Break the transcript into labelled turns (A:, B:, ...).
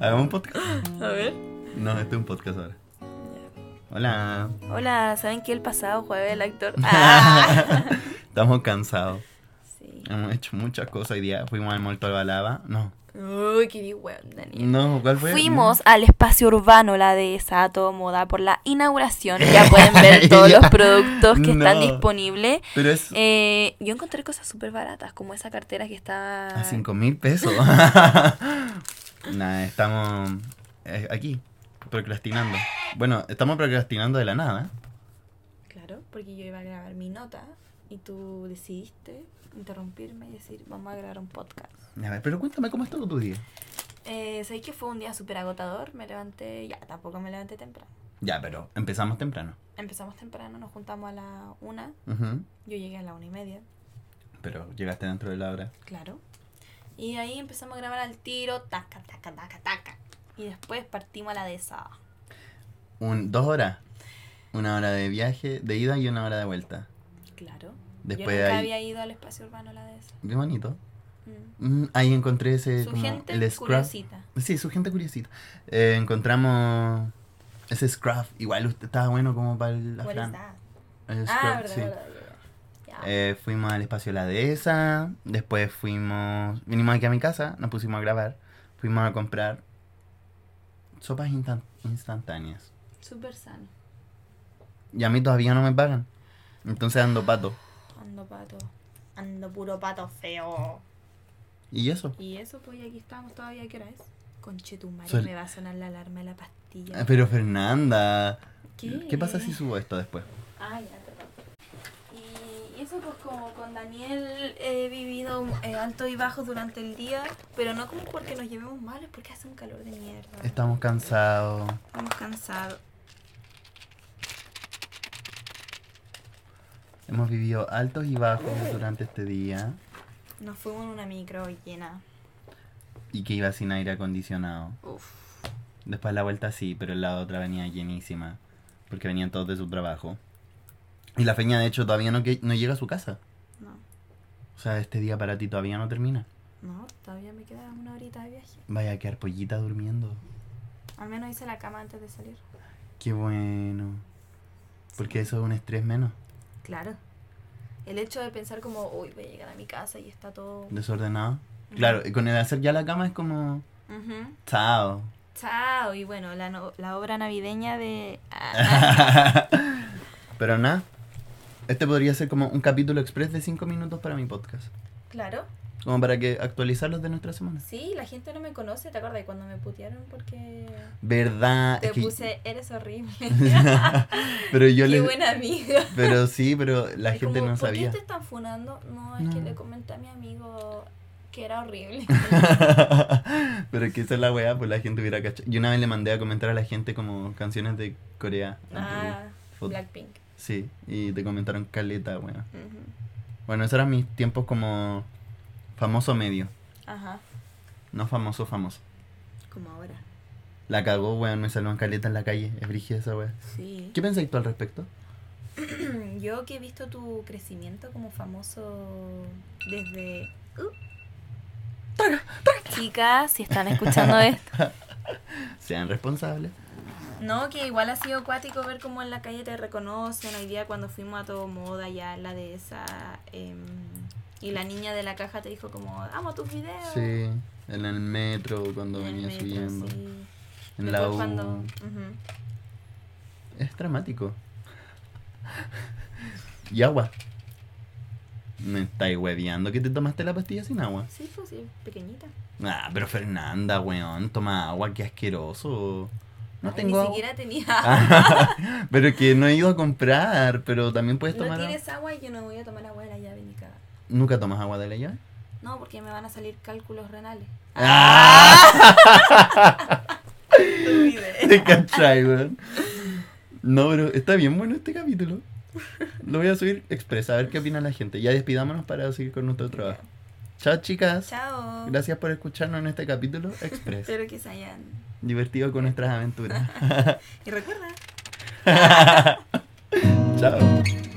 A: Hagamos un podcast.
B: A ver.
A: No, este es un podcast ahora. Hola.
B: Hola, ¿saben qué el pasado jueves el actor? Ah.
A: Estamos cansados.
B: sí.
A: Hemos hecho muchas cosas. Hoy día fuimos al Molto Albalaba. No.
B: Uy, qué di weón, Daniel.
A: No, ¿cuál fue?
B: Fuimos al espacio urbano, la de Sato Moda, por la inauguración. Ya pueden ver todos
A: Ya.
B: los productos que
A: No.
B: están disponibles.
A: Pero es
B: Eh, yo encontré cosas súper baratas, como esa cartera que está...
A: a 5 mil pesos. Nada, estamos eh, aquí, procrastinando. Bueno, estamos procrastinando de la nada.
B: Claro, porque yo iba a grabar mi nota y tú decidiste interrumpirme y decir, vamos a grabar un podcast.
A: A ver, pero cuéntame cómo estuvo tu día.
B: Eh, Sabéis que fue un día súper agotador, me levanté, ya tampoco me levanté temprano.
A: Ya, pero empezamos temprano.
B: Empezamos temprano, nos juntamos a la una,
A: Ujú.
B: yo llegué a la una y media,
A: Pero llegaste dentro de la hora.
B: claro. Y ahí empezamos a grabar al tiro, taca, taca, taca, taca. Y después partimos a la de esa.
A: Un, dos horas. Una hora de viaje, de ida y una hora de vuelta.
B: Claro.
A: Después
B: yo nunca
A: ahí-
B: había ido al espacio urbano a la de esa.
A: Qué bonito. Mm, ahí encontré ese.
B: Su
A: como
B: gente
A: el scrap.
B: curiosita.
A: Sí, su gente curiosita. Eh, encontramos ese scruff. Igual usted estaba bueno como para la
B: ¿Cuál
A: flan.
B: está?
A: El
B: Ah,
A: scruff,
B: verdad,
A: sí.
B: verdad, Ah. verdad. Ya.
A: Eh, fuimos al espacio La Dehesa. Después fuimos. Vinimos aquí a mi casa, nos pusimos a grabar. Fuimos a comprar sopas instan- instantáneas.
B: Súper sano.
A: Y a mí todavía no me pagan. Entonces ando pato.
B: Ando pato. Ando puro pato feo.
A: ¿Y eso?
B: Y eso, pues y aquí estamos todavía. ¿Qué hora es? Conchetumare,
A: Sol-
B: me va a sonar la alarma de la
A: Ah,
B: pastilla.
A: Pero Fernanda,
B: ¿Qué?
A: ¿qué pasa si subo esto después?
B: Ah, ya, perdón. Y eso, pues como con Daniel he vivido eh, altos y bajos durante el día. Pero no como porque nos llevemos mal, es porque hace un calor de mierda.
A: Estamos cansados.
B: Estamos cansados.
A: Hemos vivido altos y bajos durante este día.
B: Nos fuimos en una micro llena.
A: Y que iba sin aire acondicionado.
B: Uf.
A: Después la vuelta sí, pero la otra venía llenísima. Porque venían todos de su trabajo. Y la feña, de hecho, todavía no, que- no llega a su casa.
B: No,
A: O sea, este día para ti todavía no termina.
B: no, todavía me queda una horita de viaje.
A: Vaya a quedar pollita durmiendo.
B: Al menos hice la cama antes de salir.
A: Qué bueno. Porque eso es un estrés menos.
B: Claro. El hecho de pensar como, uy, voy a llegar a mi casa y está todo...
A: Desordenado. Claro, y con el hacer ya la cama es como...
B: Ujú.
A: Chao.
B: Chao. Y bueno, la, no- la obra navideña de... ah,
A: Pero nada, este podría ser como un capítulo express de 5 minutos para mi podcast.
B: claro.
A: Como para que actualizarlos de nuestra semana.
B: Sí, la gente no me conoce, ¿te acuerdas? Cuando me putearon porque
A: ¿Verdad?
B: te
A: Ah, Es que-
B: puse, eres horrible.
A: pero yo
B: Qué
A: les...
B: buena amiga.
A: Pero sí, pero la
B: Es
A: gente
B: como,
A: no
B: ¿por
A: sabía.
B: qué este te están funando? No, es que
A: No.
B: le comenté a mi amigo que era horrible.
A: pero es que esa es la weá, pues la gente hubiera cachado. Yo una vez le mandé a comentar a la gente como canciones de Corea. antiguas,
B: ah,
A: fut-
B: Blackpink.
A: Sí, y te comentaron caleta, weón.
B: Ujú.
A: Bueno, esos eran mis tiempos como famoso medio.
B: Ajá,
A: No famoso, famoso.
B: como ahora.
A: La cagó, weón, me salvan caleta en la calle. Es brígida esa weá.
B: Sí.
A: ¿Qué pensáis tú al respecto?
B: Yo que he visto tu crecimiento como famoso desde... Uh. Chicas, si están escuchando esto.
A: Sean responsables.
B: No, que igual ha sido acuático ver cómo en la calle te reconocen. Hoy día cuando fuimos a todo moda ya en la de esa... em, y la niña de la caja te dijo como, amo tus videos.
A: Sí, en el metro, cuando
B: En el
A: venía
B: metro,
A: subiendo.
B: sí.
A: En
B: Después
A: la U.
B: cuando- ujú.
A: Es dramático. y agua. Me estáis hueveando que te tomaste la pastilla sin agua.
B: Sí, pues sí, pequeñita.
A: Ah, pero Fernanda, weón, toma agua, qué asqueroso. No
B: Ay,
A: tengo
B: Ni
A: agua. Ah,
B: siquiera tenía
A: pero que no he ido a comprar, pero también puedes
B: No
A: tomar agua.
B: tienes agua y yo no voy a tomar agua de la llave ni cagada.
A: ¿Nunca tomas agua de la llave?
B: No, porque me van a salir cálculos renales. Ah.
A: Te cachai, weón. No, pero está bien bueno este capítulo. Lo voy a subir expresa, a ver qué opina la gente. Ya despidámonos para seguir con nuestro trabajo. Chao, chicas.
B: Chao.
A: Gracias por escucharnos en este capítulo express.
B: Espero que se hayan.
A: Divertido con nuestras aventuras.
B: Y recuerda.
A: Chao.